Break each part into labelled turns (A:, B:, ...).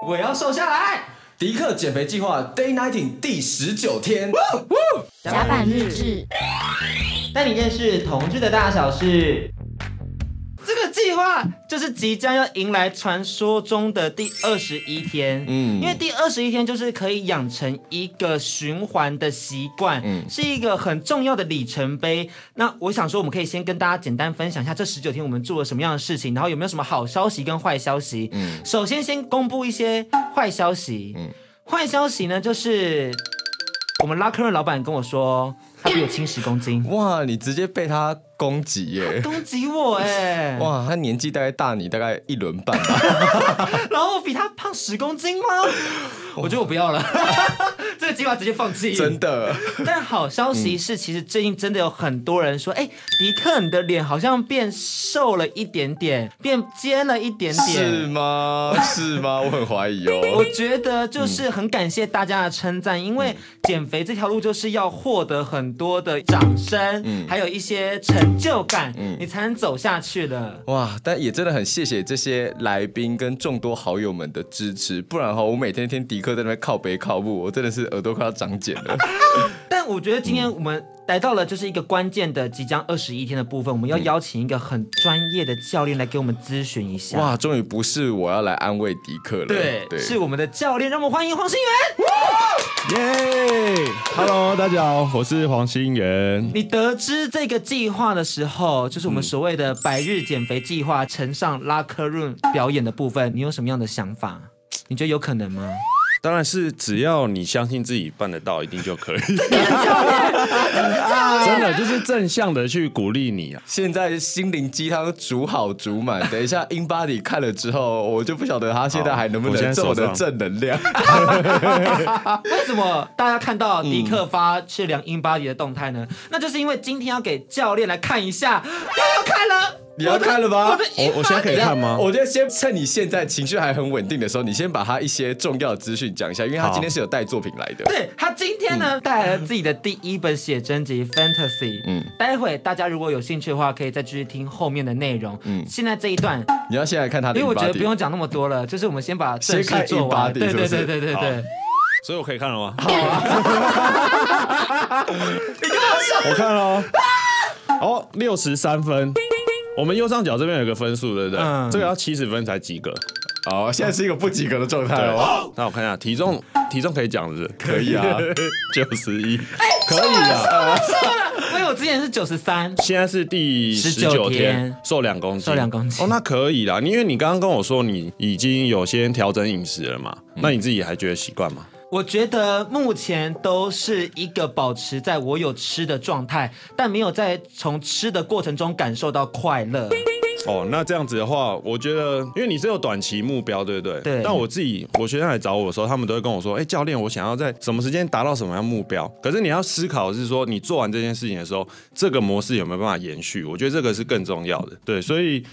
A: 我要瘦下来。
B: 迪克减肥计划 Day Nineteen 第十九天，
C: 甲板日志，
A: 带你认识同志的大小事。这个计划就是即将要迎来传说中的第二十一天，
B: 嗯
A: 嗯，因为第二十一天就是可以养成一个循环的习惯，嗯，
B: 嗯
A: 是一个很重要的里程碑。那我想说，我们可以先跟大家简单分享一下这十九天我们做了什么样的事情，然后有没有什么好消息跟坏消息。
B: 嗯
A: 嗯，首先先公布一些坏消息，
B: 嗯。
A: 嗯，坏消息呢就是我们拉客人老板跟我说，他比我轻十公斤
B: 哇，你直接被他攻击 耶！
A: 攻击我哎、
B: 哇，他年纪大概大你大概一轮半 吧，
A: 然后我比他胖十公斤吗？ 我觉得我不要了， 这个计划直接放弃。
B: 真的。
A: 但好消息是，其实最近真的有很多人说，哎、迪克你的脸好像变瘦了一点点，变尖了一点
B: 是
A: 点。
B: 吗？是吗？我很怀疑
A: 我
B: 哦。
A: 觉得就是很感谢大家的称赞，因为减肥这条路就是要获得很多的掌声，
B: 嗯
A: 还有一些成就感，你才能走下去的。
B: 哇，但也真的很谢谢这些来宾跟众多好友们的支持，不然哈，我每天听迪克在那边靠北靠步，我真的是耳朵快要长茧 了。
A: 但我觉得今天我们来到了就是一个关键的即将二十一天的部分，我们要邀请一个很专业的教练来给我们咨询一下。哇，
B: 哇，终于不是我要来安慰迪克了，
A: 对，是我们的教练，让我们欢迎黄心源。
D: 耶、h e l l o 大家好，我是黄心源。
A: 你得知这个计划的时候，就是我们所谓的百日减肥计划乘上拉科润表演的部分，你有什么样的想法？你觉得有可能 吗？
D: 当然是只要你相信自己办得到，一定就可以。真的就是正向的去鼓励你啊！
B: 现在心灵鸡汤煮好煮满，等一下 In Body 看了之后，我就不晓得他现在还能不
D: 好我现
B: 能
D: 在
B: 这么
D: 手
B: 的
D: 上
B: 正能量。
A: 为什么大家看到迪克发去量英巴迪的动态呢？那就是因为今天要给教练来看一下，要要看了，
B: 你要看了吧
A: 我的
D: 我我现在可以看吗？
B: 我觉得先趁你现在情绪还很稳定的时候，你先把他一些重要的资讯讲一下，因为他
D: 好
B: 今天是有带作品来的。
A: 对他今天呢带来了自己的第一本写真集《Fantasy》，
B: 嗯
A: 嗯，待会大家如果有兴趣的话，可以再继续听后面的内容。嗯，现在这一段，
B: 你要先来看他的
A: 因为
B: In
A: 我觉得
B: Body，
A: 不用讲那么多了，就是我们先把正
B: 先看
A: 事做完。
B: Inbody，
A: 对对
B: 是不是
A: 对对对
D: 好
A: 对，
D: 所以我可以看了吗？
A: 你干嘛笑？
D: 我看了哦。哦，六十三分。我们右上角这边有一个分数，对不对？
A: 嗯
D: 这个要七十分才及格。
B: 哦，现在是一个不及格的状态哦。
D: 那我看一下体重，体重可以讲是不是？
B: 可以啊，
D: 九十一，可以啊。
A: 因为我之前是九十三，
D: 现在是第十
A: 19
D: 九天
A: 天，
D: 瘦两公斤，
A: 瘦2公斤
D: 哦，那可以啦。因为你刚刚跟我说你已经有先调整饮食了嘛，那你自己还觉得习惯吗？
A: 我觉得目前都是一个保持在我有吃的状态，但没有在从吃的过程中感受到快乐。
D: 哦，那这样子的话，我觉得，因为你是有短期目标，对不对？
A: 对
D: 但我自己，我学生来找我的时候，他们都会跟我说：“哎、教练，我想要在什么时间达到什么样目标？”可是你要思考的是说，你做完这件事情的时候，这个模式有没有办法延续？我觉得这个是更重要的。对，所以。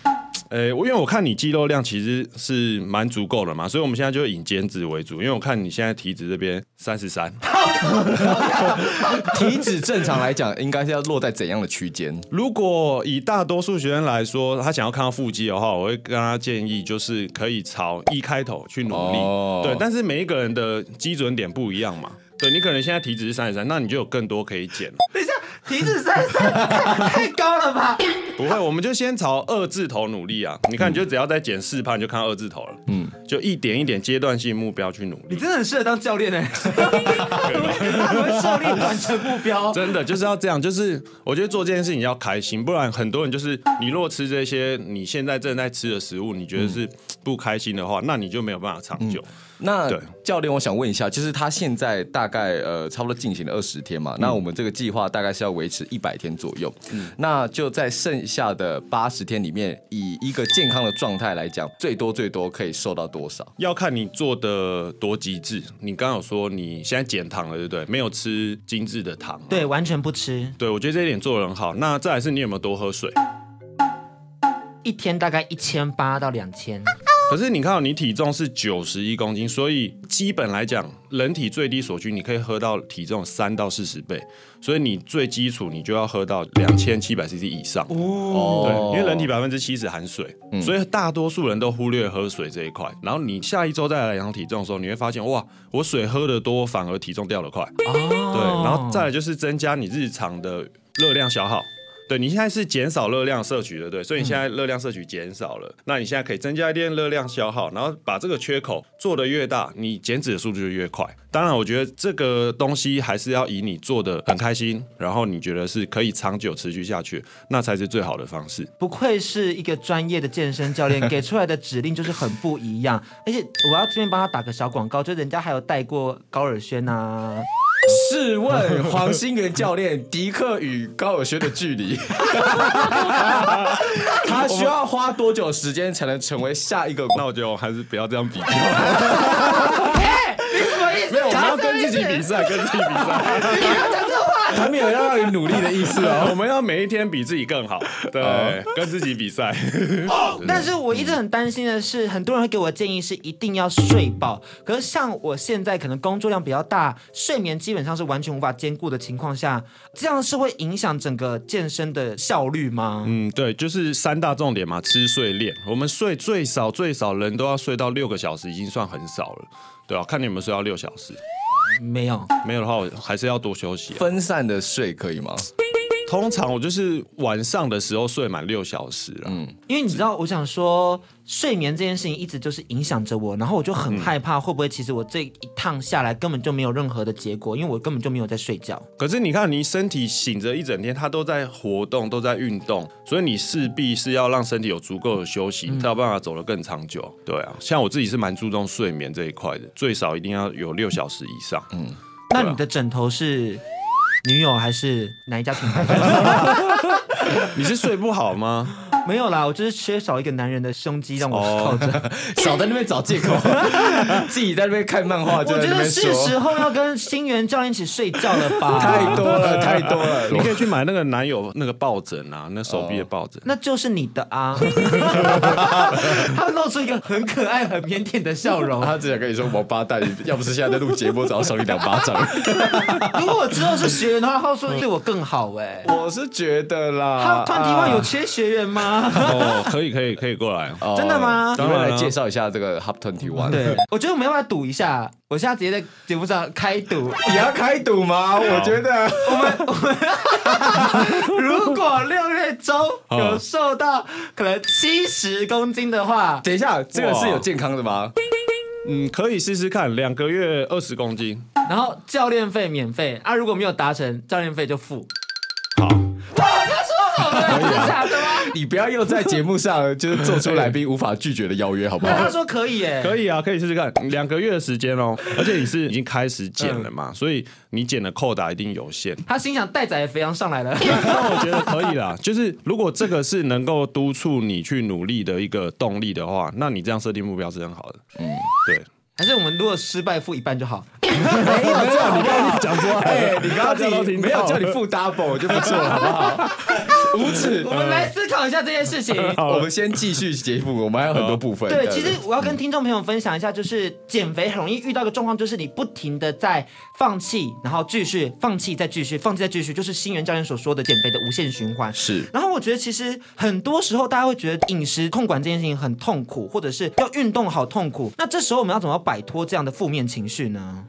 D: 呃，我因为我看你肌肉量其实是蛮足够的嘛，所以我们现在就以减脂为主。因为我看你现在体脂这边三十三，
B: 体脂正常来讲应该是要落在怎样的区间？
D: 如果以大多数学生来说，他想要看到腹肌的话，我会跟他建议，就是可以朝一开头去努力。
B: 哦
D: 对，但是每一个人的基准点不一样嘛。对你可能现在体脂是三十三，那你就有更多可以减。
A: 等一下，体脂三三太高了吧？
D: 不会，我们就先朝二字头努力啊！你看，你就只要再减四趴，你就看到二字头了。嗯，就一点一点阶段性目标去努
A: 你
D: 力。
A: 真的很适合当教练哎、欸， 他很会设立短程目标。
D: 真的就是要这样，就是我觉得做这件事情要开心，不然很多人就是你若吃这些你现在正在吃的食物，你觉得是不开心的话，那你就没有办法长久。
B: 那
D: 对
B: 教练，我想问一下，就是他现在大概呃差不多进行了二十天
D: 嗯
B: 嘛，那我们这个计划大概是要维持一百天左右，那就在剩下的八十天里面，以一个健康的状态来讲，最多最多可以瘦到多少？
D: 要看你做的多极致。你刚刚有说你现在减糖了，对不对？没有吃精致的糖、
A: 对，，完全不吃，
D: 对我觉得这一点做得很好。那再来是你有没有多喝水？
A: 一天大概一千八到两千。
D: 可是你看、哦，你体重是九十一公斤，所以基本来讲，人体最低所需你可以喝到体重三到四十倍，所以你最基础你就要喝到两千七百 CC 以上。
B: 哦
D: 嗯对，因为人体百分之七十含水，所以大多数人都忽略喝水这一块。然后你下一周再来量体重的时候，你会发现哇，我水喝的多，反而体重掉得快。对，然后再来就是增加你日常的热量消耗。对你现在是减少热量摄取的，对，所以
B: 嗯
D: 你现在热量摄取减少了，那你现在可以增加一点热量消耗，然后把这个缺口做得越大，你减脂的速度就越快。当然，我觉得这个东西还是要以你做的很开心，然后你觉得是可以长久持续下去，那才是最好的方式。
A: 不愧是一个专业的健身教练，给出来的指令就是很不一样。而且我要这边帮他打个小广告，就人家还有带过高尔宣 啊，
B: 试问黄新元教练，迪克与高尔轩的距 离，他需要花多久时间才能成为下一个？
D: 那我觉得我还是不要这样比较，
B: 没有，我们要跟自己比赛，跟自己比赛，他没有要让你努力的意思哦。
D: 我们要每一天比自己更好，对，跟自己比赛。
A: 但是我一直很担心的是，很多人会给我建议是一定要睡饱。可是像我现在可能工作量比较大，睡眠基本上是完全无法兼顾的情况下，这样是会影响整个健身的效率吗？
D: 嗯，对，就是三大重点嘛，吃、睡、练。我们睡最少最少人都要睡到六个小时，已经算很少了，对啊，看你有没有睡到六小时，
A: 没有，
D: 没有的话，我还是要多休息、啊。
B: 分散的睡可以吗？
D: 通常我就是晚上的时候睡满六小时了，
A: 因为你知道，我想说睡眠这件事情一直就是影响着我，然后我就很害怕会不会其实我这一趟下来根本就没有任何的结果，因为我根本就没有在睡觉。
D: 可是你看，你身体醒着一整天，它都在活动，都在运动，所以你势必是要让身体有足够的休息，才有办法走得更长久。对啊，像我自己是蛮注重睡眠这一块的，最少一定要有六小时以上。
A: 那你的枕头是女友还是哪一家品牌？
D: 你是睡不好吗？
A: 没有啦，我就是缺少一个男人的胸肌让我靠着。
B: 少在那边找借 口，自己在那边看漫画，就
A: 我
B: 在
A: 觉
B: 那
A: 得
B: 边
A: 是时
B: 说。
A: 候要跟新源教练一起睡觉了吧？
B: 太多了，太多了。
D: 你可以去买那个男友那个抱枕啊，那手臂的抱枕。
A: 那就是你的 啊！他露出一个很可爱、很腼腆的笑容。
B: 他只想跟你说王八蛋，要不是现在在录节目，早上赏你两巴掌。
A: 如果我之后是学员的话，他说对我更好哎、
B: 我是觉得
A: 他
B: 啦，
A: 团体万有缺学员吗？
D: 哦，可以可以可以过来。
B: 哦
A: 真的吗
B: 你们来介绍一下这个 Hop Twenty One。
A: 对，我觉得我们要不要赌一下？我现在直接在节目上开 赌，
B: 你要开赌 吗？我觉得
A: 如果六月中
B: 哦
A: 有瘦到可能七十公斤的话，
B: 等一下，这个是有健康的吗？
D: 嗯，可以试试看，两个月二十公斤。
A: 然后教练费免费啊，如果没有达成，教练费就付。好，他说好了，真的假的吗？
B: 你不要又在节目上就是做出来宾无法拒绝的邀约，好不
A: 那
B: 好
A: 他？说可以耶，
D: 可以啊，可以试试看，两个月的时间哦。而且你是已经开始减了嘛，所以你减的扣打一定有限。
A: 他心想带崽的肥羊上来了，
D: 那我觉得可以啦， 就是如果这个是能够督促你去努力的一个动力的话，那你这样设定目标是很好的。嗯，对。
A: 还是我们如果失败付一半就好？
B: 没有这样，你刚刚讲出来，哎你刚
D: 大家
B: 刚
D: 都
B: 自己
D: 听到
B: 没有叫你付 double 就不错了，好不 好？无耻
A: 我！们来思考一下这件事情。
B: 我们先继续节目，我 们还有很多部分。
A: 对，其实我要跟听众朋友分享一下，就是减肥很容易遇到的状况，就是你不停的在放弃，然后继续放弃，再继续放弃，再继续，就是新源教练所说的减肥的无限循环。
B: 是
A: 然后我觉得其实很多时候大家会觉得饮食控管这件事情很痛苦，或者是要运动好痛苦。那这时候我们要怎么摆脱这样的负面情绪呢？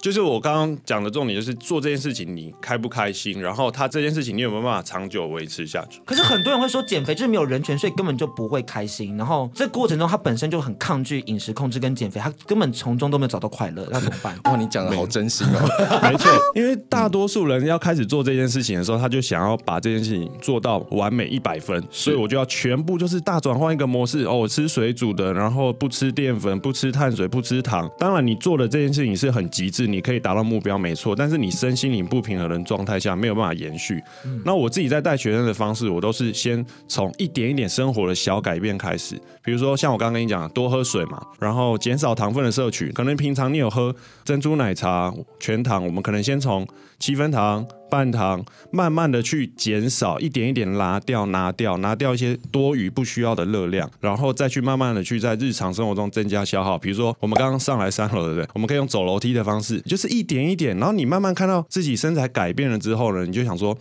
D: 就是我刚刚讲的重点，就是做这件事情你开不开心，然后他这件事情你有没有办法长久维持下去？
A: 可是很多人会说减肥就是没有人权，所以根本就不会开心。然后这过程中他本身就很抗拒饮食控制跟减肥，他根本从中都没有找到快乐，那怎么办？
B: 哇，哦你讲的好真心哦。
D: 没错，因为大多数人要开始做这件事情的时候，他就想要把这件事情做到完美一百分，所以我就要全部就是大转换一个模式。哦，我吃水煮的，然后不吃淀粉，不吃碳水，不吃糖。当然，你做的这件事情是很极致，你可以达到目标没错，但是你身心灵不平衡的状态下没有办法延续。那我自己在带学生的方式，我都是先从一点一点生活的小改变开始，比如说像我刚刚跟你讲，多喝水嘛，然后减少糖分的摄取。可能平常你有喝珍珠奶茶全糖，我们可能先从七分糖、半糖，慢慢的去减少，一点一点拿掉、拿掉、拿掉一些多余不需要的热量，然后再去慢慢的去在日常生活中增加消耗。比如说我们刚刚上来三楼，对不对？我们可以用走楼梯的方式，就是一点一点，然后你慢慢看到自己身材改变了之后呢，你就想说，哇，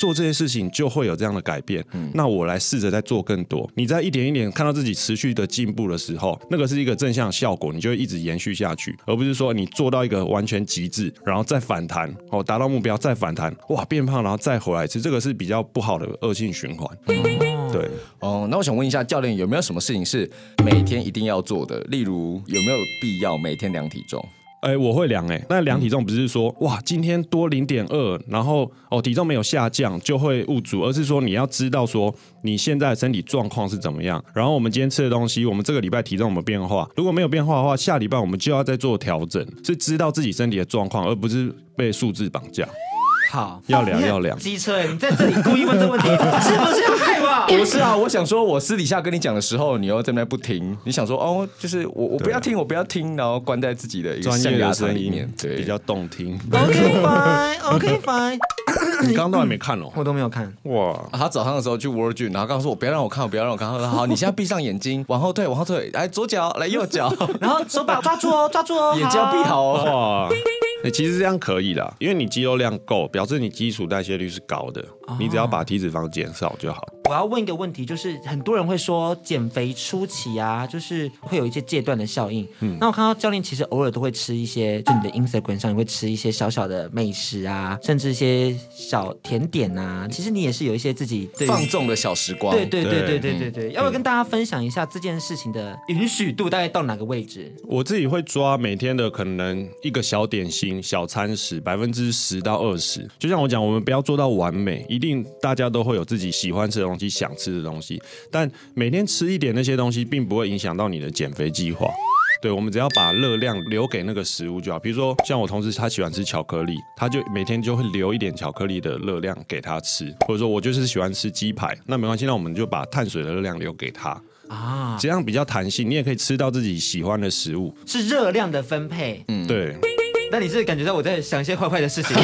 D: 做这些事情就会有这样的改变。那我来试着再做更多。你在一点一点看到自己持续的进步的时候，那个是一个正向效果，你就会一直延续下去，而不是说你做到一个完全极致，然后再反弹，哦，达到目标再反弹，哇，变胖然后再回来吃，这个是比较不好的恶性循环。对，
B: 哦，那我想问一下教练，有没有什么事情是每天一定要做的？例如有没有必要每天量体重？
D: 哎、我会量哎、那量体重不是说哇，今天多零点二，然后哦体重没有下降就会误足，而是说你要知道说你现在的身体状况是怎么样。然后我们今天吃的东西，我们这个礼拜体重有没有变化？如果没有变化的话，下礼拜我们就要再做调整，是知道自己身体的状况，而不是被数字绑架。
A: 好，
D: 要量
A: 你很
D: 要量
A: 机车欸，你在这里故意问这问题，是不是 要害我？
B: 不是啊，我想说，我私底下跟你讲的时候，你又在那边不听。你想说，哦，就是我我不要听，我不要听，然后关在自己的一个
D: 专
B: 象
D: 业
B: 牙
D: 的
B: 塔
D: 声
B: 里
D: 音
B: 面， 对，
D: 比较动听。
A: OK fine，OK fine，
D: 你刚刚都还没看哦，
A: 我都没有看。
D: 哇！
B: 啊他早上的时候去 World Gym，然后告诉我不要让我看，不要让我看。他说好，你现在闭上眼睛，往后退，往后退，来左脚，来右 脚，
A: 然后手把抓住哦，抓住哦，
B: 眼睛要闭好哦。
D: 哇， 欸、其实这样可以啦，因为你肌肉量够，表示你基础代谢率是高的，你只要把体脂肪减少就好。
A: 我要问一个问题，就是很多人会说减肥初期啊，就是会有一些戒断的效应。那我看到教练其实偶尔都会吃一些，就你的 Instagram 上你会吃一些小小的美食啊，甚至一些小甜点啊。其实你也是有一些自己对于
B: 放纵的小时光，
A: 对对对对
D: 对
A: 对对对，要不要跟大家分享一下这件事情的允许度大概到哪个位置？
D: 我自己会抓每天的可能一个小点心、小餐食，百分之十到二十。就像我讲，我们不要做到完美，一定大家都会有自己喜欢吃的东西、想吃的东西，但每天吃一点那些东西，并不会影响到你的减肥计划。对，我们只要把热量留给那个食物就好。比如说，像我同事他喜欢吃巧克力，他就每天就会留一点巧克力的热量给他吃，或者说我就是喜欢吃鸡排，那没关系，那我们就把碳水的热量留给他，
A: 啊，
D: 这样比较弹性，你也可以吃到自己喜欢的食物。
A: 是热量的分配。嗯，
D: 对，
A: 那你是感觉到我在想一些坏坏的事情？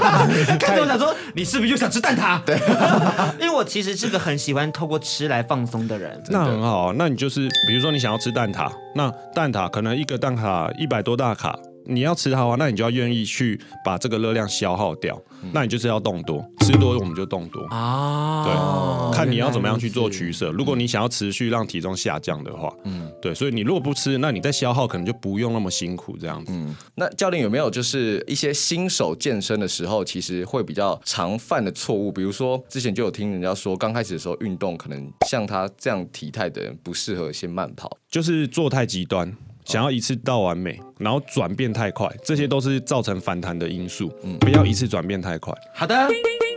A: 看着我想说，你是不是又想吃蛋挞？对， 因为我其实是个很喜欢透过吃来放松的人。
D: 那很好啊。那你就是比如说你想要吃蛋挞，那蛋挞可能一个蛋挞一百多大卡。你要吃它的话，那你就要愿意去把这个热量消耗掉。
A: 嗯
D: 那你就是要动多，吃多我们就动多。对，
A: 哦，
D: 啊看你要怎么样去做
A: 原来
D: 取
A: 如此。
D: 舍。如果你想要持续让体重下降的话，嗯，对，所以你如果不吃，那你在消耗可能就不用那么辛苦这样
A: 嗯
D: 子。
B: 那教练有没有就是一些新手健身的时候，其实会比较常犯的错误？比如说之前就有听人家说，刚开始的时候运动可能像他这样体态的人不适合先慢跑。
D: 就是做太极
A: 哦
D: 端，想要一次到完美，然后转变太快，这些都是造成反弹的因素。
A: 嗯
D: 不要一次转变太快。
A: 好的，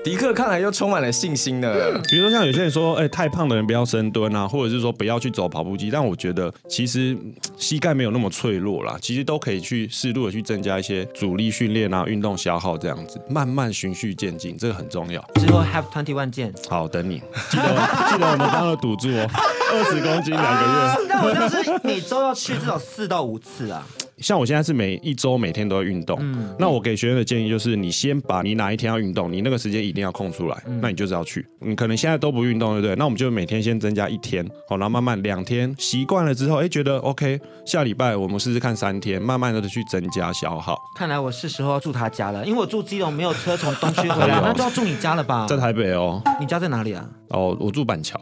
B: 迪克看来又充满了信心呢。
D: 比如说像有些人说，哎、太胖的人不要深蹲啊，或者是说不要去走跑步机。但我觉得其实嗯膝盖没有那么脆弱啦，其实都可以去适度的去增加一些阻力训练啊、运动消耗这样子，慢慢循序渐进，这个很重要。
A: 之后 Have Twenty One 见。
D: 好，等你，记得记得我们刚刚的赌注哦，二十公斤两个月。
A: 啊那我就是每周要去至少四到五次啊。
D: 像我现在是每一周每天都会运动，那我给学员的建议就是，你先把你哪一天要运动，你那个时间一定要空出来，那你就是要去。你可能现在都不运动，对不对？那我们就每天先增加一天，好，然后慢慢两天习惯了之后，哎，觉得 OK，下礼拜我们试试看三天，慢慢的去增加消耗。
A: 看来我是时候要住他家了，因为我住基隆没有车从东区回
D: 哎
A: 来，
D: 呦
A: 那就要住你家了吧？
D: 在台北哦，
A: 你家在哪里啊？
D: 哦，我住板桥，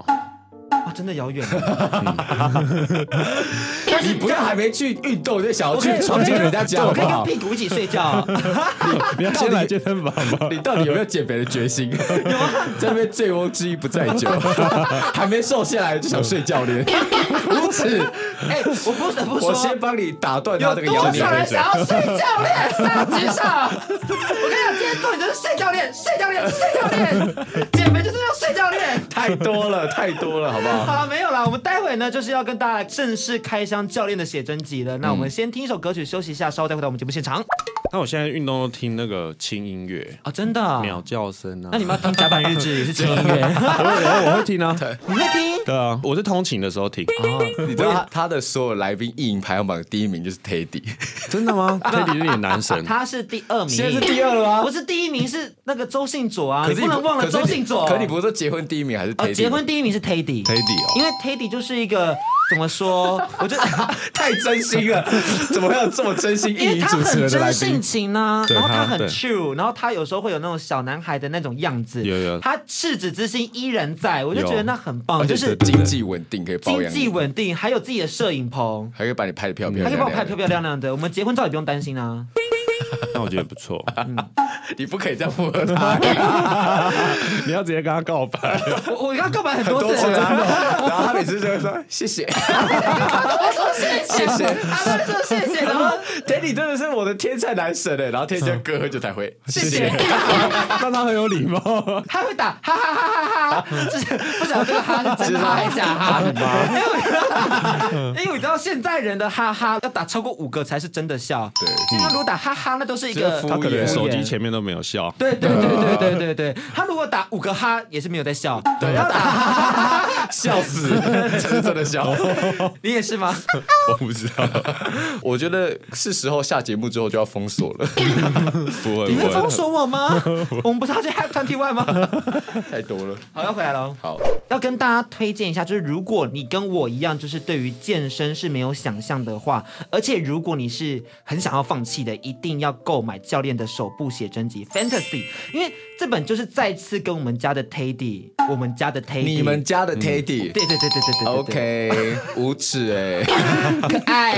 A: 哇，真的遥 远。但是
B: 你不要还没去运动就想要
A: 我
B: 去
A: 可以
B: 闯进人家家
A: 我可
B: 好不
A: 以跟
B: 好？
A: 屁股一起睡觉 啊。
D: 你要先来健身房吗？
B: 你到底有没有减肥的决心？在那边醉翁之意不在酒，还没瘦下来就想睡教练，无耻！
A: 哎，我不得不
B: 我
A: 说，
B: 先帮你打断他
A: 有
B: 这个妖
A: 多
B: 孽。
A: 少人想要睡教 练？大街上，我跟你讲，今天重点就是睡教练，睡教练，睡教练，减肥就是要睡教练。
B: 太多了，太多了，好不
A: 好
B: 好？
A: 了，没有啦，我们待会呢就是要跟大家正式开箱教练的写真集了。那我们先听一首歌曲休息一下，稍后再回到我们节目现场。
D: 那我现在运动都听那个轻音乐，
A: 啊，真的啊？
D: 鸟叫声啊。
A: 那你们要听甲板日志也是轻音乐，
D: 我会我会听啊，
A: 你会听？
D: 对啊，我是通勤的时候听。
B: 你知道他他的所有来宾意淫排行榜的第一名就是 Teddy，
D: 真的吗？Teddy 是你的男神，
A: 他是第二名，
B: 现在是第二了啊
A: 不是第一名是那个周信佐啊，你
B: 是
A: 不能忘了
B: 可是
A: 周
B: 你
A: 信佐。
B: 可你不是说结婚第一名还是
A: 哦，
B: Teddy？
A: 结婚第一名是 Teddy。
D: Teddy 哦
A: 因为 Teddy 就是一个怎么 说，我觉得
B: 太真心了，怎么会有这么真心意
A: 因为
B: 淫
A: 他
B: 主持
A: 很
B: 人的来
A: 真性
B: 宾？
A: 情呐、
D: 对
A: 然后他
D: 他
A: 很
D: 对
A: true，然后他有时候会有那种小男孩的那种样子，
D: 有有
A: 他赤子之心依然在，我就
D: 有
A: 觉得那很棒，
B: 而
A: 哦就
B: 且
A: 是
B: 是经济稳定，可以包
A: 经
B: 养你，
A: 济稳定，还有自己的摄影棚，
B: 还可以把你拍的漂漂
A: 还可以
B: 亮
A: 帮我拍漂
B: 亮。
A: 漂亮亮的，我们结婚照也不用担心啊。
D: 那我觉得不错。
B: 你不可以这样附和他，
D: 你要直接跟他告白，
A: 我 我刚刚告白很多
B: 多
A: 次
B: 吃
A: 了，
B: 他的。然后他每次就会说谢谢，
A: 我说谢谢，
B: 谢谢
A: 他们说谢谢，然后
B: Teddy 真的是我的天才男神哎，然后天下
A: 哦
B: 歌就才会谢谢。
D: 让他很有礼貌。
A: 他会打哈哈哈哈哈
D: 嗯
A: 哈，就是不晓得这个哈是真哈还是假 哈，因为因为你知道 现在人的哈哈要打超过五个才是真的笑，
B: 对
A: 因为他如果打哈哈那都是一
B: 就
A: 个
B: 是服
D: 他
B: 务
D: 可能
B: 员
D: 手机前面都没有笑。
A: 对对对对对对对，他如果打五个哈也是没有在笑，对，要打
B: 笑 死，这是真的笑。
A: 你也是吗？
D: 我 不知道，
B: 我觉得是时候下节目之后就要封锁了，
D: 不会
A: 你会
D: 不
A: 封
D: 会。
A: 锁我吗？我们不是要去 Hack Twenty One 吗？
B: 太多了。
A: 好，要回来喽。
B: 好，
A: 要跟大家推荐一下，就是如果你跟我一样，就是对于健身是没有想象的话，而且如果你是很想要放弃的，一定要购买教练的首部写真集《Fantasy》，因为这本就是再次跟我们家的 Teddy，我们家的 Teddy，
B: 你们家的 Teddy，
A: 嗯对对对对对对对
B: OK，无耻哎、
A: 可爱。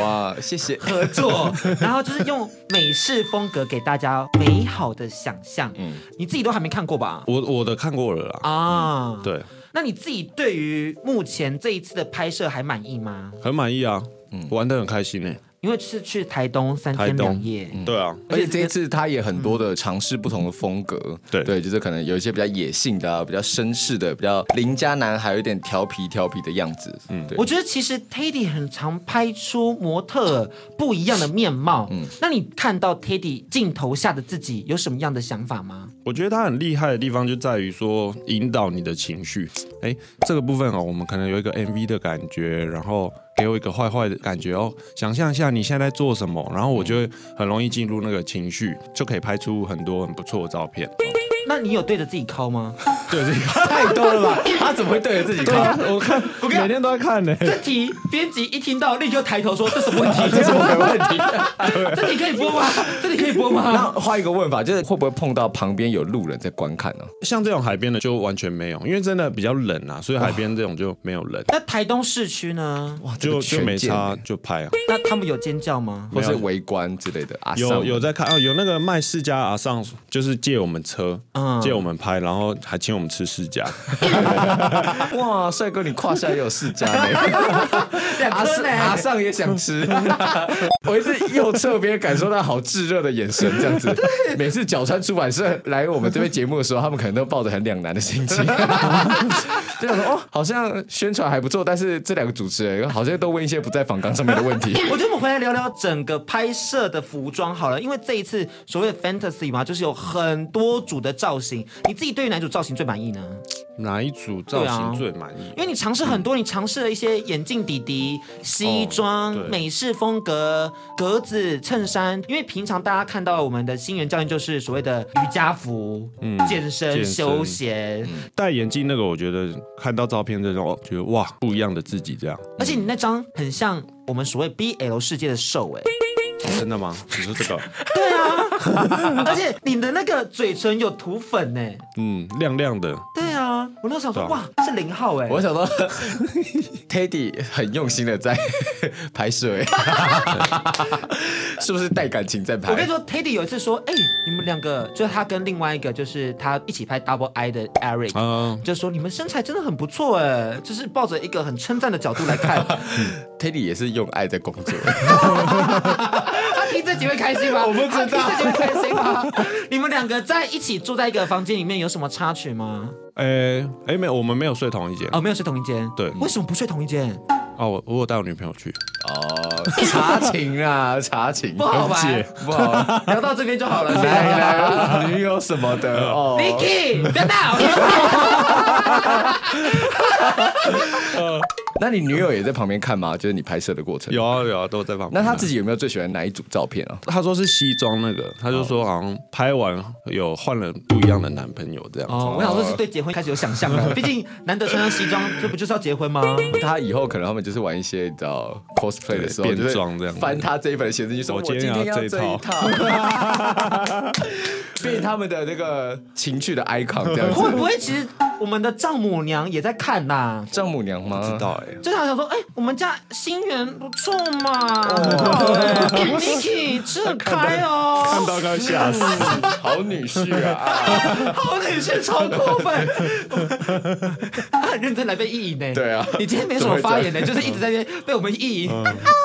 B: 哇，谢谢。
A: 合作，然后就是用美式风格给大家美好的想象。嗯，你自己都还没看过吧？
D: 我我的看过了啦，
B: 嗯
A: 啊，。
D: 对，
A: 那你自己对于目前这一次的拍摄还满意吗？
D: 很满意啊，
A: 嗯
D: 玩的很开心呢。
A: 因为是去台东三
D: 台
A: 天
D: 东
A: 两夜，，
D: 对啊，
B: 而且这一次他也很多的尝试不同的风格，
D: 对
B: 对，就是可能有一些比较野性的、啊，比较绅士的，比较邻家男孩，有一点调皮调皮的样子，嗯，对
A: 我。觉得其实 Teddy 很常拍出模特不一样的面貌。嗯，那你看到 Teddy 镜头下的自己有什么样的想法吗？
D: 我觉得他很厉害的地方就在于说引导你的情绪。哎，这个部分哦，我们可能有一个 MV 的感觉，然后给我一个坏坏的感觉哦。想象一下你现在在做什么，然后我就会很容易进入那个情绪，就可以拍出很多很不错的照片。
A: 那你有对着自己抠吗？
D: 对，这个 啊
B: 太多了吧？他怎么会对着自己看？
D: 我看我每天都在看呢、
A: 这题编辑一听到立刻抬头说：“这什么问题？ 这
B: 这是我的问 题。
A: 这题可以播吗？这题可以播吗
B: 那换一个问法，就是会不会碰到旁边有路人在观看呢、
D: 像这种海边的就完全没有，因为真的比较冷啊，所以海边这种就没有人？”，
A: 那台东市区呢？
B: 哇，这
D: 就
B: 个
D: 就
B: 权
D: 没
B: 健
D: 差，就拍啊。
A: 那他们有尖叫吗？
B: 或是围观之类的啊，
D: 有
B: 上
D: 有在看哦，有那个卖世家阿尚，就是借我们车，
A: 嗯
D: 借我们拍，然后还请我们吃世 家。
B: 哇，帅哥，你胯下也有世家呢，
A: 两
B: 阿
A: 颗
B: 尚阿
A: 呢？
B: 尚也 想吃，我一直右侧边感受到好炙热的眼神，这样子。每次角川出版社来我们这边节目的时候，他们可能都抱着很两难的 心情，就想说哦，好像宣传还不错，但是这两个主持人好像都问一些不在访纲上面的问题。
A: 我觉得我们回来聊聊整个拍摄的服装好了，因为这一次所谓的 fantasy 嘛，就是有很多组的造型，你自己对于哪一组造型最满意呢？
D: 哪一组造型最满意？
A: 因为你尝试很多，你尝试了一些眼镜底底、西装、
D: 哦对
A: 美式风格、格子衬衫。因为平常大家看到我们的新人教练就是所谓的瑜伽服、健身、
D: 嗯健身嗯
A: 休闲，
D: 戴眼镜那个，我觉得看到照片这种，哦觉得哇，不一样的自己这样。
A: 而且你那张很像我们所谓 BL 世界的瘦哎、
D: 真的吗？你说这个，
A: 而且你的那个嘴唇有涂粉哎呢、
D: 嗯，亮亮的，
A: 对啊，我那时候想说
D: 对啊
A: 哇是零号哎、
B: 我想说，Teddy 很用心的在拍摄，哎 是不是带感情在拍？
A: 我跟你说，Teddy 有一次说：“哎、你们两个，就是他跟另外一个，就是他一起拍 Double I 的 Eric，、
D: 嗯
A: 就说你们身材真的很不错哎，就是抱着一个很称赞的角度来看。
B: Teddy 也是用爱在工作。
A: 他听这集会开心吗？我不知道，这集会开心吗？你们两个在一起住在一个房间里面有什么插曲吗？
D: 哎哎，没有，我们没有睡同一间。
A: 哦，没有睡同一间，
D: 对
A: 为什么不睡同一间？
D: 哦，我我有带我女朋友去。
B: 哦，查情 啊，查情，
A: 不好玩
B: 解不好玩。
A: 聊到这边就好了，
B: 来来，女友什么 的哦
A: Vicky，不要闹。
B: 那你女友也在旁边看吗？就是你拍摄的过程。。
D: 有啊有啊，都在旁
B: 那
D: 边啊。
B: 她自己有没有最喜欢哪一组照片啊？
D: 他说是西装那个，他就说好像拍完有换了不一样的男朋友这样。
A: 哦，我想说是对结婚开始有想象了，毕竟难得穿上西装，这不就是要结婚吗？
B: 她以后可能他们就是玩一些你知道 cosplay 的时候，
D: 变
B: 就是
D: 装这样
B: 翻她这一本的写真集，说
D: 我
B: 我今
D: 今天
B: 天
D: 要
B: 要
D: 这
B: 这
D: 一
B: 一套， 变他们的那个情趣的 icon 这样
A: 会
B: 子。
A: 不会其实我们的丈母娘也在看呐？
B: 丈母娘吗？知
D: 知道哎、
A: 就想想说，哎、我们家新源不错嘛，很好哎、欸、，Vicky 吃很开哦，
D: 到快吓死！
B: 好女婿啊！啊
A: 好女婿超过分，他很认真来被意淫呢、
B: 对啊
A: 你今天没什么发言呢、就是一直在那边被我们意淫。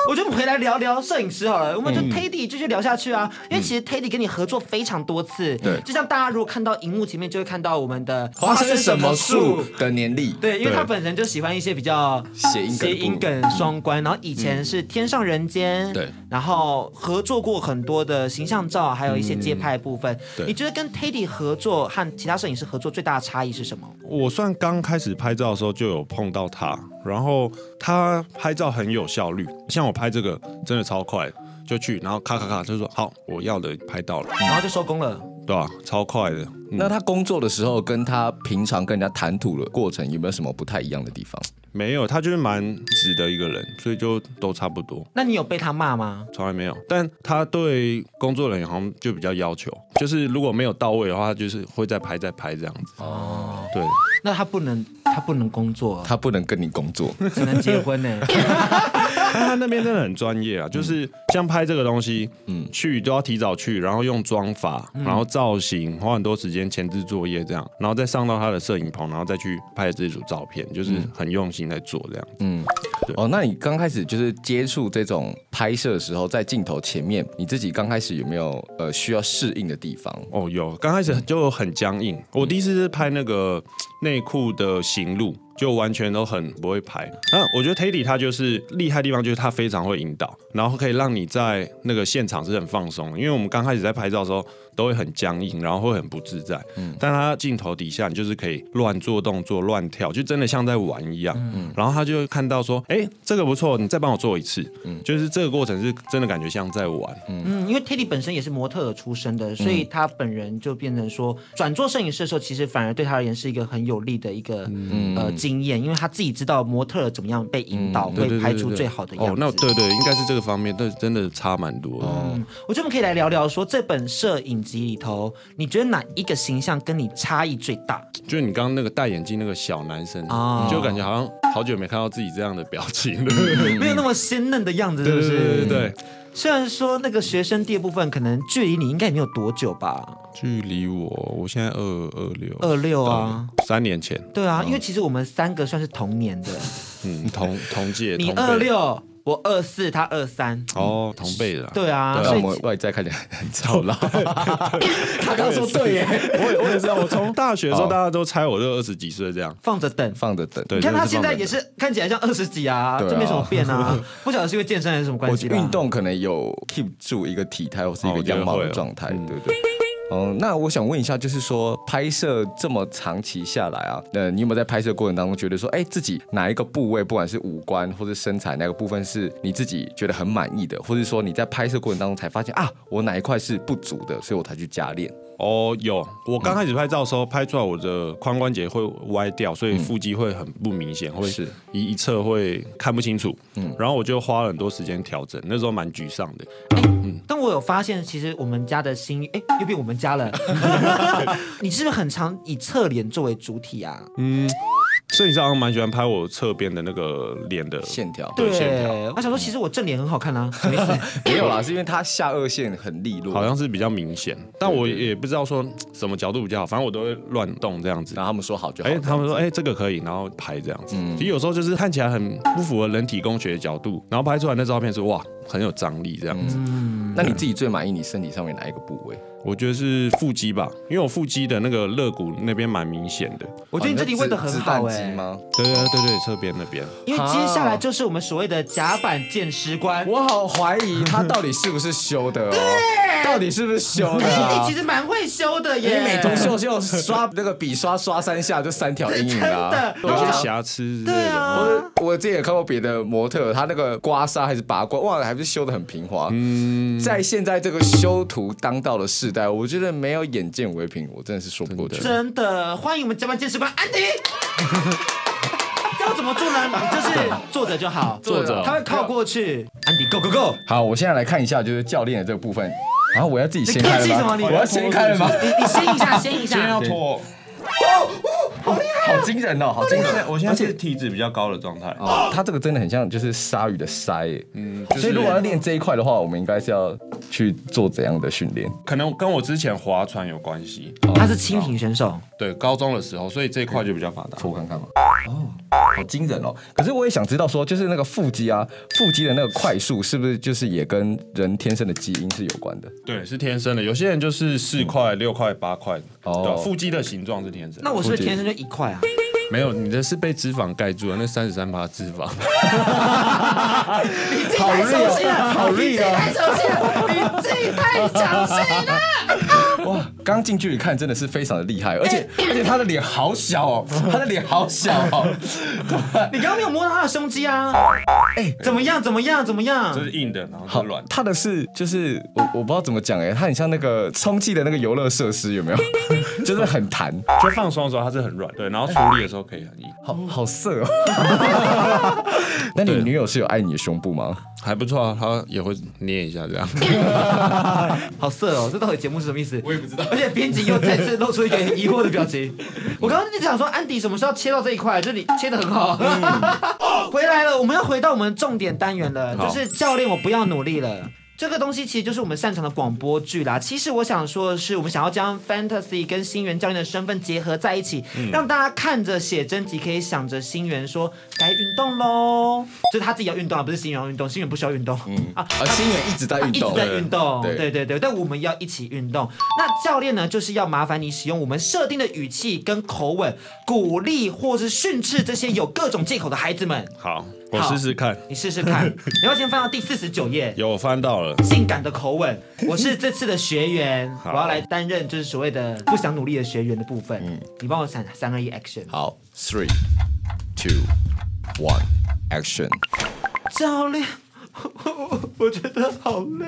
A: 我觉得我们回来聊聊摄影师好了，我们就 Teddy 继续聊下去啊，因为其实 Teddy 跟你合作非常多次，
B: 对
A: 就像大家如果看到荧幕前面就会看到我们的
B: 花生什么树的年历？
A: 对，因为
D: 对
A: 他本身就喜欢一些比较
B: 谐音梗的部分
A: 谐音梗双关，然后以前是《天上人间》，
B: 对，
A: 然后合作过很多的形象照，还有一些街拍部
B: 嗯
A: 分。
D: 对
A: 你觉得跟 Teddy 合作和其他摄影师合作最大的差异是什么？
B: 嗯
D: 我算刚开始拍照的时候就有碰到他，然后他拍照很有效率，像我拍这个真的超快，就去，然后咔咔咔就说好，我要的拍到了，
A: 然后就收工了。
D: 对吧、超快的。
B: 那她工作的时候跟她平常跟人家谈吐的过程有没有什么不太一样的地方？
D: 没有，他就是蛮直的一个人，所以就都差不多，
A: 那你有被他骂吗？
D: 从来没有。但他对工作人员好像就比较要求，就是如果没有到位的话，他就是会再拍再拍这样子。哦，对，
A: 那他不能，他不能工 作，
B: 她不能跟你工作，
A: 只能结婚欸呢。
D: 但他那边真的很专业啊，就是像拍这个东西，嗯，去都要提早去，然后用妆法，然后造型，花很多时间前置作业这样，然后再上到他的摄影棚，然后再去拍这组照片，就是很用心在做这样。
B: 哦，那你刚开始就是接触这种拍摄的时候，在镜头前面，你自己刚开始有没有呃需要适应的地方？
D: 哦，有，刚开始就很僵硬。我第一次是拍那个内裤的行路，就完全都很不会拍。那我觉得 Teddy 他就是厉害的地方，就是他非常会引导，然后可以让你在那个现场是很放松的。因为我们刚开始在拍照的时候都会很僵硬，然后会很不自在。但他镜头底下，你就是可以乱做动作、乱跳，就真的像在玩一样。然后他就会看到说，哎、这个不错，你再帮我做一次。就是这个过程是真的感觉像在玩。
A: 嗯，因为 Teddy 本身也是模特儿出身的，所
D: 嗯
A: 以他本人就变成说，转做摄影师的时候，其实反而对他而言是一个很有利的一个、
D: 嗯
A: 呃经验，因为他自己知道模特儿怎么样被引导，
D: 对
A: 会
D: 对
A: 拍
D: 对
A: 出
D: 对
A: 最好的样子。
D: 哦，那对对，应该是这个方面，但是真的差蛮多的。
A: 我觉得我们可以来聊聊说，这本摄影集里头，你觉得哪一个形象跟你差异最 大？
D: 就是你刚刚那个戴眼镜那个小男生，
A: 哦
D: 就感觉好像好久没看到自己这样的表情了。对
A: 没有那么鲜嫩的样子，是不
D: 嗯对
A: 嗯是？
D: 对对对，
A: 虽然说那个学生第二部分可能距离你应该也没有多久吧，
D: 距离我，我现在二二六，
A: 二六啊。
D: 三年前，
A: 对啊，因为其实我们三个算是同年的，
D: 嗯，同同届，
A: 你
D: 同辈
A: 二，六，我二四，他二三。
D: 哦，同辈的啦。
A: 对啊，
B: 让
A: 所
B: 我
A: 以
B: 们外在看起来 很操劳。
A: 他刚说对 耶，
D: 我也我也知
B: 啊
D: 道，我从大学的时候，
B: 哦
D: 大家都猜我这二十几岁这样。
A: 放着等。
B: 放着等。
D: 对
A: 你看他
D: 就是
A: 现
D: 放着
A: 在也是看起来像二十几啊，
B: 对啊
A: 就没什么变啊，不晓得是因为健身还是什么关
B: 我
A: 系吧。
B: 运动可能有 keep 住一个体态或是一
D: 哦
B: 个
D: 我觉得
B: 样貌的
D: 会哦
B: 状态，对不对？哦，那我想问一下，就是说拍摄这么长期下来啊，呃，你有没有在拍摄过程当中觉得说，哎，自己哪一个部位，不管是五官或者身材哪个部分是你自己觉得很满意的，或者说你在拍摄过程当中才发现啊，我哪一块是不足的，所以我才去加练。
D: 哦，有，我刚开始拍照的时候，拍出来我的髋关节会歪掉，所以腹肌会很不明显，会
B: 嗯是
D: 一一侧会看不清楚。嗯，然后我就花了很多时间调整，那时候蛮沮丧的。
A: 但我有发现，其实我们家的新哎又变我们家了。你是不是很常以侧脸作为主体啊？
D: 摄影师好像蛮喜欢拍我侧边的那个脸的
B: 线条
D: 对线条
A: 我想说，其实我正脸很好看啊，什么意思？
B: 没有啦，是因为它下颚线很利落，
D: 好像是比较明显，但我也不知道说什么角度比较好，反正我都会乱动这样子
B: 然。后他们说好就好。嗯
D: 哎，他们说哎、这个可以，然后拍这样子。其实有时候就是看起来很不符合人体工学的角度，然后拍出来那照片是哇，很有张力这样子。
B: 那你自己最满意你身体上面哪一个部位？
D: 我觉得是腹肌吧，因为我腹肌的那个肋骨那边蛮明显的。
A: 我
B: 哦
A: 觉得你这题问的很好哎、
B: 子弹肌吗？
D: 对对对对，侧边那边。
A: 因为接下来就是我们所谓的甲板见识官。
B: 我好怀疑他到底是不是修的哦，到底是不是修的、
A: 哎
B: 啊？
A: 你其实蛮会修的
B: 因
A: 耶，
B: 为美图秀秀刷那个笔刷刷三下就三条阴影啦、啊。
A: 真
D: 都
A: 的对
D: 有些
A: 啊
D: 瑕疵之类
A: 对
D: 的。
A: 啊，
B: 我之前也看过别的模特，他那个刮痧还是拔罐，哇，还不是修的很平滑。
A: 嗯
B: 在现在这个修图当道的时代，我觉得没有眼见为凭，我真的是说不过去。
A: 真的，欢迎我们甲板见识官 安迪。要怎么做呢？你就是坐着就好，
D: 坐着
A: 他会靠过去。安迪，go go go！
B: 好，我现在来看一下，就是教练的这个部分。然后我要自己
A: 你
B: 先开
A: 客气哎什
B: 了
A: 么？
B: 吗？
A: 你
B: 我要先开了吗？
A: 你你先一下，先一
D: 今天
A: 下。
D: 脱，
B: 好惊人哦，好惊
D: 我现
B: 人！
D: 在我现在是体脂比较高的状态。
B: 哦，它这个真的很像就是鲨鱼的鳃耶，嗯，
D: 是
B: 所以如果要练这一块的话，我们应该是要去做怎样的训练？
D: 可能跟我之前划船有关系，
B: 哦
A: 他是轻艇选手，
D: 对，高中的时候，所以这一块就比较发达。
B: 我看看嘛。哦，好惊人哦！可是我也想知道说，就是那个腹肌啊，腹肌的那个快速是不是就是也跟人天生的基因是有关的？
D: 对，是天生的，有些人就是四块、六块、八块，
B: 哦
D: 对吧，腹肌的形状是天生的。
A: 那我是不是天生就一块啊？
D: 没有，你的是被脂肪盖住了，那三十三趴脂 肪。
A: 你自己太熟悉了，
B: 哦好啊厉害
A: 你自己太熟悉了，你自己太详细了。
B: 哇，刚近距离看真的是非常的厉害，而且而且他的脸好小哦，他的脸好小哦。
A: 你刚刚没有摸到他的胸肌啊？哎，怎么样？怎么样？怎么样
D: 这？是硬的，然后
B: 好
D: 是软，的。
B: 他的是就是我我不知道怎么讲哎、他很像那个充气的那个游乐设施有没 有？就是很弹，
D: 就放松的时候它是很软，对，然后处理的时候可以很硬，
B: 好
A: 嗯
B: 好色哦。哦 那你女友是有爱你的胸部吗？
D: 还不错啊，它也会捏一下这样。
A: 好色哦，这到底节目是什么意思？我也不知道。而且编辑又再次露出一个疑惑的表 情。我刚刚一直想说，安迪什么时候切到这一块？啊这里切的很好。回来了，我们要回到我们重点单元了，
D: 好
A: 就是教练，我不要努力了。这个东西其实就是我们擅长的广播剧啦。其实我想说的是，我们想要将 fantasy 跟新源教练的身份结合在一起，让大家看着写真集可以想着新源说该运动喽，就是他自己要运动啊，不是新源要运动，新源不需要运动、啊。
B: 啊，心远一直在运
A: 一直
B: 动，
A: 在运动，
B: 对
A: 对对对，但我们要一起运动。那教练呢，就是要麻烦你使用我们设定的语气跟口吻，鼓励或是训斥这些有各种借口的孩子们。
D: 好，我试试看，
A: 你试试 看，你要先翻到第四十九页。
D: 有我翻到了。
A: 性感的口吻，我是这次的学员，我
D: 好
A: 要来担任就是所谓的不想努力的学员的部分。
B: 嗯
A: 你帮我闪三二一 action。
B: 好，three two one action。
A: 教练， 我我觉得好累，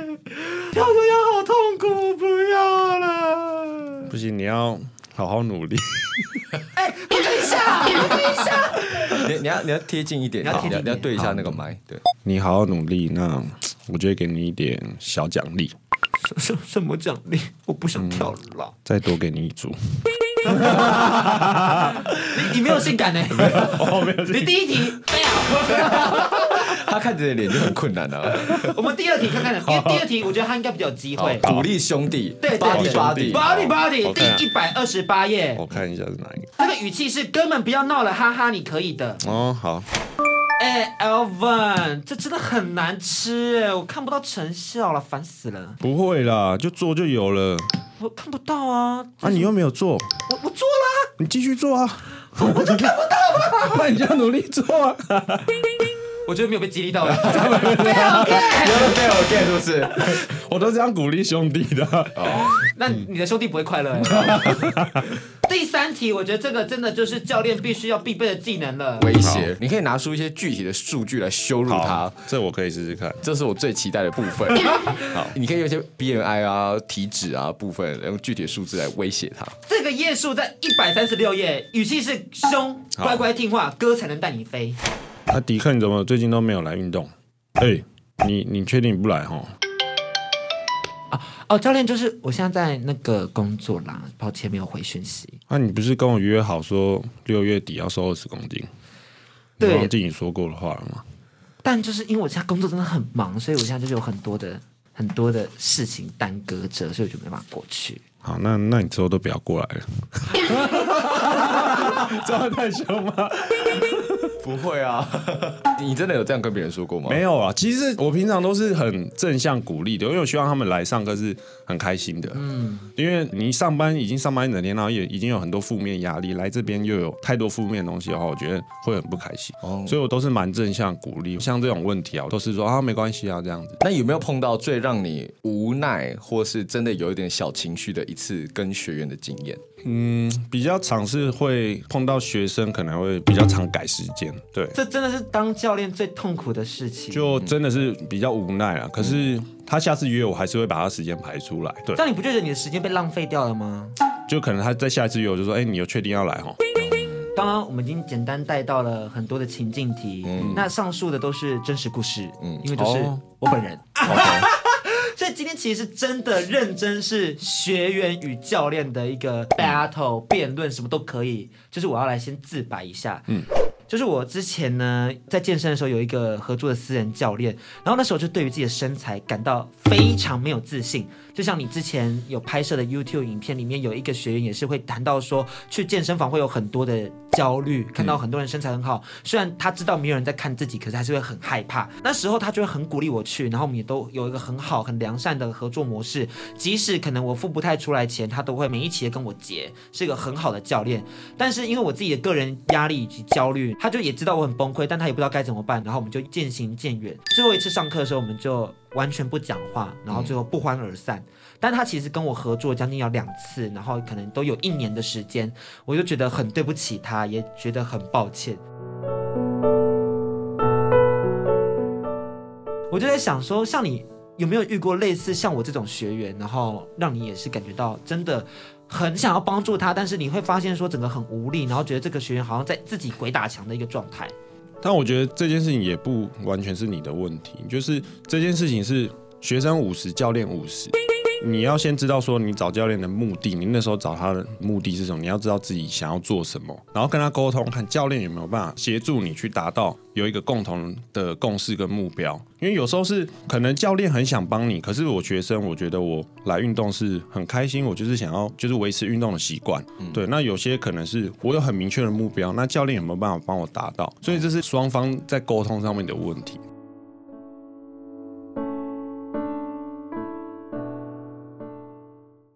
A: 跳个要好痛苦，我不要了。
D: 不行，你要好好努力。
A: 哎，不对下，不对下。
B: 你你要你要贴近一点，
A: 你要贴近一点
B: 你要对一下那个麦，对。
D: 你好好努力，那我就会给你一点小奖励，
A: 什什么奖励？我不想跳了。
D: 再多给你一组。
A: 你你 没有性感呢、我没有。你第一题，
B: 他看着你的脸就很困难啊。
A: 我们第二题看看，因为第二题我觉得他应该比较有机会。
B: 鼓励兄弟，
A: 对对
B: 巴蒂
A: 对
B: 巴蒂，
A: Body
D: 好
A: Body
D: 看啊
A: 第一百二十八页，
D: 我看一下是哪一个。
A: 这个语气是根本不要闹了，哈哈，你可以的。
D: 哦，好，
A: 哎，Elvin，这真的很难吃哎，我看不到成效了，烦死了，
D: 不会啦，就做就有了。
A: 我看不到啊，
D: 啊，你又没有做，
A: 我我做了啊，
D: 你继续做啊。 我就看不到那你就努力做啊。
A: 我觉得没有被激励 到。啊
B: 对我 get 是不是？
D: 我都这样鼓励兄弟 的。
A: 那你的兄弟不会快乐、欸。嗯 第三题，我觉得这个真的就是教练必须要必备的技能了。
B: 威胁，你可以拿出一些具体的数据来羞辱他
D: 好。，这我可以试试看。
B: 这是我最期待的部 分。好，你可以用一些 BMI 啊、体脂啊部分，用具体的数字来威胁他。
A: 这个页数在一百三十六页，语气是凶，
D: 好
A: 乖乖听话，哥才能带你飞。
D: 啊，迪克，你怎么最近都没有来运动？哎、你你确定你不来哈？
A: 哦，教练就是我现在在那个工作啦，抱歉没有回讯息。
D: 啊，你不是跟我约好说六月底要瘦二十公斤？你
A: 对
D: 忘记你说过的话了吗？
A: 但就是因为我现在工作真的很忙，所以我现在就是有很多的很多的事情耽搁着，所以我就没办法过去。
D: 好，那那你之后都不要过来了。这样太凶吗？
B: 不会啊， 你真的有这样跟别人说过吗？
D: 没有啊，其实我平常都是很正向鼓励的，因为我希望他们来上课是很开心的。嗯，因为你上班已经上班一整天，然后也已经有很多负面压力，来这边又有太多负面的东西的话，我觉得会很不开心。
B: 哦
D: 所以我都是蛮正向鼓励，像这种问题啊，我都是说啊没关系啊这样子。
B: 那有没有碰到最让你无奈，或是真的有一点小情绪的一次跟学员的经验？
D: 比较常是会碰到学生，可能会比较常改时间，对，
A: 这真的是当教练最痛苦的事情。
D: 就真的是比较无奈啊。可是他下次约我，还是会把他时间排出来，对
A: 这，样你不就觉得你的时间被浪费掉了吗？
D: 就可能他在下一次约我就说，哎、你有确定要来哦？
A: 刚刚我们已经简单带到了很多的情境题，那上述的都是真实故事，因为就是
D: 哦
A: 我本人。 所以今天其实是真的认真是学员与教练的一个 battle 辩论，什么都可以。就是我要来先自白一下，嗯，就是我之前呢在健身的时候有一个合作的私人教练，然后那时候就对于自己的身材感到非常没有自信。就像你之前有拍摄的 YouTube 影片里面有一个学员也是会谈到说，去健身房会有很多的焦虑，看到很多人身材很好，虽然他知道没有人在看自己，可是还是会很害怕。那时候他就会很鼓励我去，然后我们也都有一个很好、很良善的合作模式，即使可能我付不太出来钱，他都会每一期的跟我结，是一个很好的教练。但是因为我自己的个人压力以及焦虑，他就也知道我很崩溃，但他也不知道该怎么办，然后我们就渐行渐远。最后一次上课的时候，我们就完全不讲话，然后最后不欢而散。但他其实跟我合作将近要两次，然后可能都有一年的时间，我就觉得很对不起他，也觉得很抱歉。我就在想说，像你有没有遇过类似像我这种学员，然后让你也是感觉到真的很想要帮助他，但是你会发现说整个很无力，然后觉得这个学员好像在自己鬼打墙的一个状态。
D: 但我觉得这件事情也不完全是你的问题，就是这件事情是学生五十，教练五十。你要先知道说你找教练的目的，你那时候找他的目的是什么？你要知道自己想要做什么，然后跟他沟通，看教练有没有办法协助你去达到有一个共同的共识跟目标。因为有时候是可能教练很想帮你，可是我学生我觉得我来运动是很开心，我就是想要就是维持运动的习惯。对，那有些可能是我有很明确的目标，那教练有没有办法帮我达到？所以这是双方在沟通上面的问题。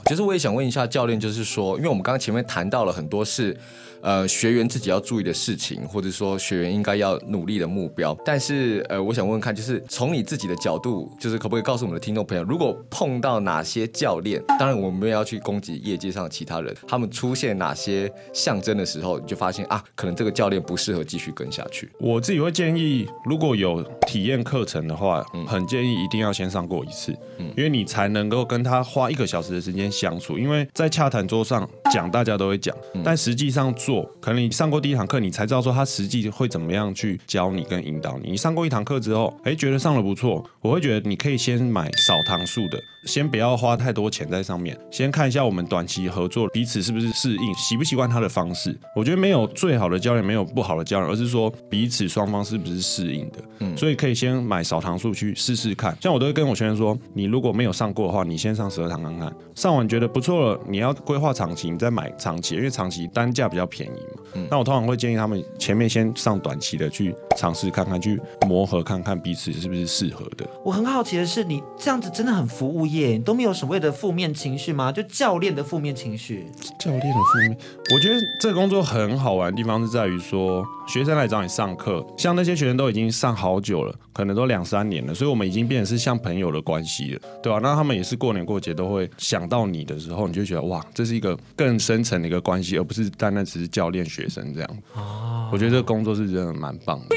B: 其实我也想问一下教练，就是说，因为我们刚刚前面谈到了很多是，呃，学员自己要注意的事情，或者说学员应该要努力的目标。但是，呃，我想问问看，就是从你自己的角度，就是可不可以告诉我们的听众朋友，如果碰到哪些教练，当然我们没有要去攻击业界上的其他人，他们出现哪些象征的时候，你就发现啊，可能这个教练不适合继续跟下去。
D: 我自己会建议，如果有体验课程的话，很建议一定要先上过一次，因为你才能够跟他花一个小时的时间相处。因为在洽谈桌上讲，大家都会讲，但实际上做，可能你上过第一堂课，你才知道说他实际会怎么样去教你跟引导你。你上过一堂课之后，哎，觉得上的不错，我会觉得你可以先买少堂数的，先不要花太多钱在上面，先看一下我们短期合作彼此是不是适应，习不习惯他的方式。我觉得没有最好的教练，没有不好的教练，而是说彼此双方是不是适应的。所以可以先买少堂数去试试看。像我都会跟我学员说，你如果没有上过的话，你先上十二堂看看，上完觉得不错了，你要规划长期，你再买长期，因为长期单价比较便宜嘛。那我通常会建议他们前面先上短期的去尝试看看，去磨合看看彼此是不是适合的。
A: 我很好奇的是，你这样子真的很服务业，你都没有所谓的负面情绪吗？就教练的负面情绪，
D: 教练的负面，我觉得这个工作很好玩的地方是在于说，学生来找你上课，像那些学生都已经上好久了，可能都两三年了，所以我们已经变成是像朋友的关系了，对吧、那他们也是过年过节都会想到你的时候，你就觉得哇，这是一个更深层的一个关系，而不是单单只是教练学生这样。我觉得这个工作是真的蛮棒的。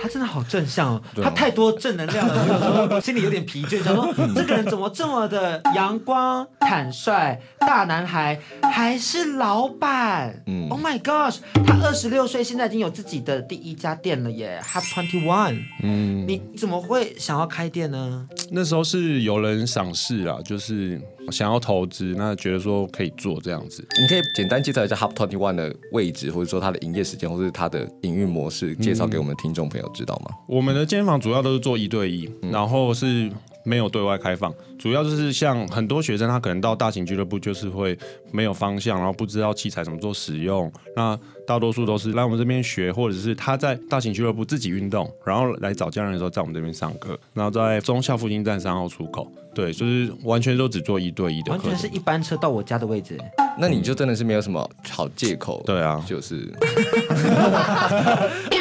A: 他真的好正向哦，
B: 对啊
A: 他太多正能量了，我有时 候心里有点疲倦，想说这个人怎么这么的阳光、坦率、大男孩，还是老板？嗯，Oh my gosh，他二十六岁，现在已经有自己的第一家店了耶，Have Twenty One。嗯，你怎么会想要开店呢？
D: 那时候是有人赏识啦，就是想要投资，那觉得说可以做这样子。
B: 你可以简单介绍一下 Hub Twenty One 的位置，或者说它的营业时间，或者它的营运模式，介绍给我们的听众朋友知道吗？
D: 我们的健身房主要都是做一对一，然后是没有对外开放，主要就是像很多学生他可能到大型俱乐部就是会没有方向，然后不知道器材怎么做使用。那大多数都是来我们这边学，或者是他在大型俱乐部自己运动，然后来找教练的时候在我们这边上课，然后在中校附近站三号出口。对，就是完全都只做一对一的
A: 完
D: 课
A: 全
D: 程。
A: 是一班车到我家的位置。
B: 那你就真的是没有什么好借口。
D: 对啊
B: 就是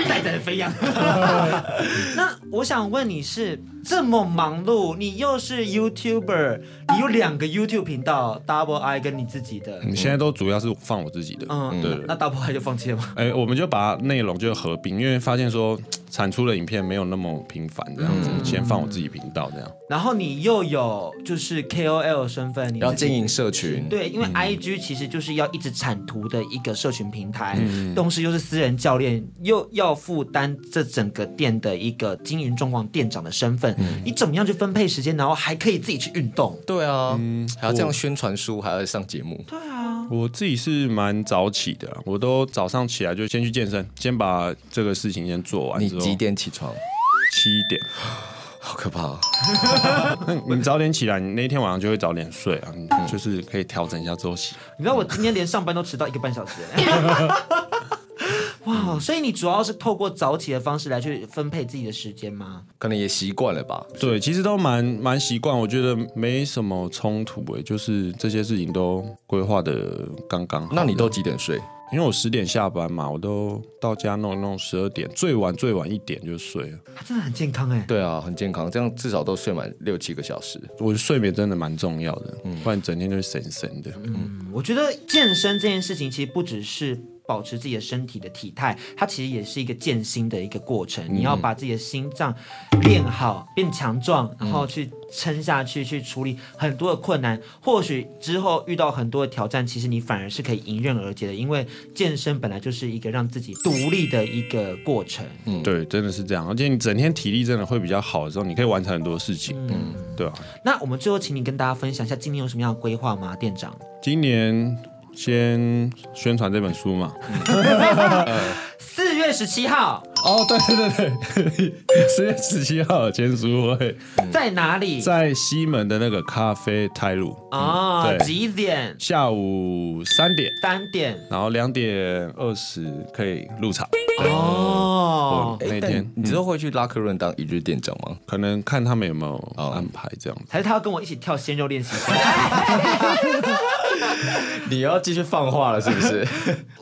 A: 带着飞扬。那我想问你是这么忙碌，你又是 YouTuber，你有两个 YouTube 频道，Double I 跟你自己的，
D: 你现在都主要是放我自己的，
A: 嗯，
D: 对。
A: 那 Double I 就放弃了吗？
D: 哎、我们就把内容就合并，因为发现说产出的影片没有那么频繁，这样
B: 嗯
D: 子、先放我自己频道这样。
A: 然后你又有就是 KOL 身份，你
B: 然后
A: 自己
B: 经营社群，
A: 对，因为 I G 其实就是要一直产图的一个社群平台，同时又是私人教练，又要负担这整个店的一个经营状况、店长的身份，你怎么样去分配时间，然后还可以自己去运动？
B: 对啊，还要这样宣传书，还要上节目，
A: 对啊，
B: 嗯
D: 我自己是蛮早起的啊啦，我都早上起来就先去健身，先把这个事情先做完
B: 你
D: 之后。
B: 几？点起床？
D: 七点。
B: 好可怕哦！
D: 那你早点起来，你那天晚上就会早点睡啊，
B: 嗯
D: 你就是可以调整一下作息。
A: 你知道我今天连上班都迟到一个半小时、哇，所以你主要是透过早起的方式来去分配自己的时间吗？
B: 可能也习惯了吧。
D: 对，其实都蛮蛮习惯，我觉得没什么冲突诶、就是这些事情都规划的刚刚好。
B: 那你都几点睡？
D: 因为我十点下班嘛，我都到家弄一弄十二点，最晚最晚一点就睡了。
A: 啊真的很健康哎、
B: 对啊，很健康，这样至少都睡满六七个小时。
D: 我睡眠真的蛮重要的，不然整天就是神神的。
A: 嗯我觉得健身这件事情其实不只是。保持自己的身体的体态，它其实也是一个健心的一个过程。
D: 嗯
A: 你要把自己的心脏练好，变强壮，然后去撑下去，去处理很多的困难。或许之后遇到很多的挑战，其实你反而是可以迎刃而解的，因为健身本来就是一个让自己独立的一个过程。
D: 对，真的是这样。而且你整天体力真的会比较好的时候，你可以完成很多事情。嗯，对啊。
A: 那我们最后请你跟大家分享一下今年有什么样的规划吗，店长？
D: 今年先宣传这本书嘛，
A: 四月十七号
D: 哦，对对对对，十月十七号签书会
A: 在哪里？
D: 在西门的那个咖啡泰路，
A: 啊、
D: 嗯对
A: 几点？
D: 下午三点，
A: 三点。
D: 然后两点二十可以入场。
A: 哦，
D: 那一
B: 哎但
D: 天
B: 你之后会去拉克润当一日店长吗？
D: 可能看他们有没有安排这样子。
A: 还是他要跟我一起跳鲜肉练习？
B: 你要继续放话了是不 是？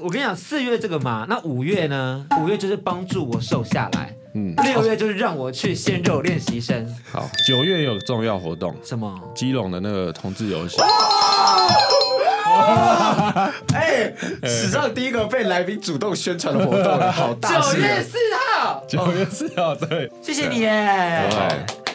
A: 我跟你讲，四月这个嘛，那五月呢？五月就是帮助我瘦下来，嗯，六月就是让我去鲜肉练习生。
D: 好，九月有重要活动，
A: 什么？
D: 基隆的那个同志游戏，
B: 哎，史上第一个被来宾主动宣传的活动， 好大
A: 九
B: 事
A: 月
B: 啊！
A: 四号，
D: 九月四号对。
A: 谢谢你耶。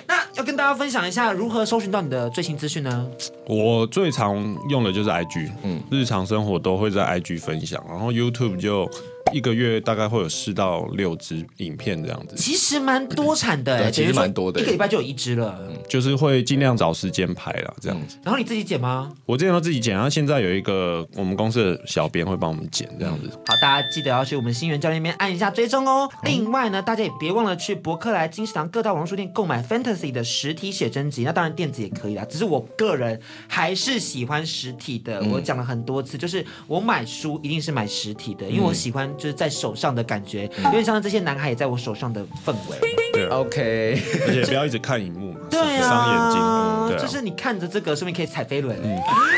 A: 那要跟大家分享一下如何搜寻到你的最新资讯呢？
D: 我最常用的就是 IG，嗯，日常生活都会在 IG 分享，然后 YouTube 就一个月大概会有四到六支影片这样子，
A: 其实蛮多产的耶，
B: 对其实
A: 等于说
B: 蛮多的嗯
A: 一个礼拜就有一支了。
D: 就是会尽量找时间拍啦，这样子。
A: 然后你自己剪吗？
D: 我之前都自己剪，然后现在有一个我们公司的小编会帮我们剪这样子。
A: 好，大家记得要去我们新源教练那边按一下追踪哦。另外呢，大家也别忘了去博客来、金石堂各大网络书店购买 Fantasy 的实体写真集，那当然电子也可以啦。只是我个人还是喜欢实体的，我讲了很多次，就是我买书一定是买实体的，因为我喜欢就是在手上的感觉，有点像是这些男孩也在我手上的氛围。
B: 哦 OK，
D: 啊而且不要一直看荧幕嘛，
A: 对啊，
D: 伤眼睛。嗯对啊，
A: 就是你看着这个，说明可以踩飞轮。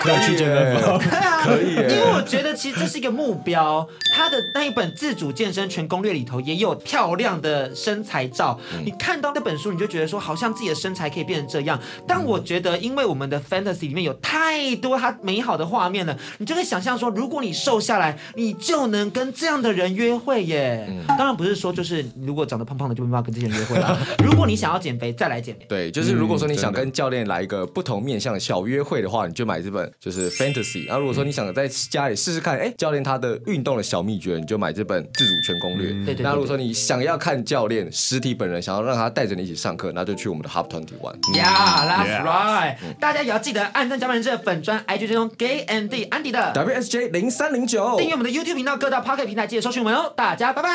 D: 要去健身房。
A: 对啊，
B: 可以耶
A: 因为我觉得其实这是一个目标。他的那一本《自主健身全攻略》里头也有漂亮的身材照，
B: 嗯
A: 你看到那本书，你就觉得说好像自己的身材可以变成这样。
B: 嗯
A: 但我觉得，因为我们的 fantasy 里面有太多他美好的画面了，你就会想象说，如果你瘦下来，你就能跟这样的人约会耶。
B: 嗯
A: 当然不是说就是如果长得胖胖的就没办法跟这些人约会 了。如果你想要减肥，再来减肥。
B: 对，就是如
D: 嗯
B: 果说你想跟教练来一个不同面向的小约会的话，你就买这本就是 Fantasy。然后如果
D: 嗯
B: 说你想在家里试试看，哎，教练他的运动的小秘诀，你就买这本《自主全攻略》。
D: 嗯
A: 对对对
B: 那如果说你想要看教练实体本人，想要让他带着你一起上课，那就去我们的 Hub Twenty One。
D: 嗯
A: Yeah, that's
D: Yeah.
A: right、大家也要记得按赞、加满这粉砖、IG 追踪 Gay and D 安迪的，
B: WSJ 零三零九，
A: 订阅我们的 YouTube 频道，各大 Pocket 平台记得搜寻我们哦。大家拜拜，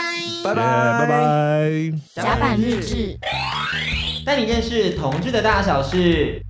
B: 拜拜，
D: 拜拜。
C: 甲板日志。
A: 带你认识同志的大小事。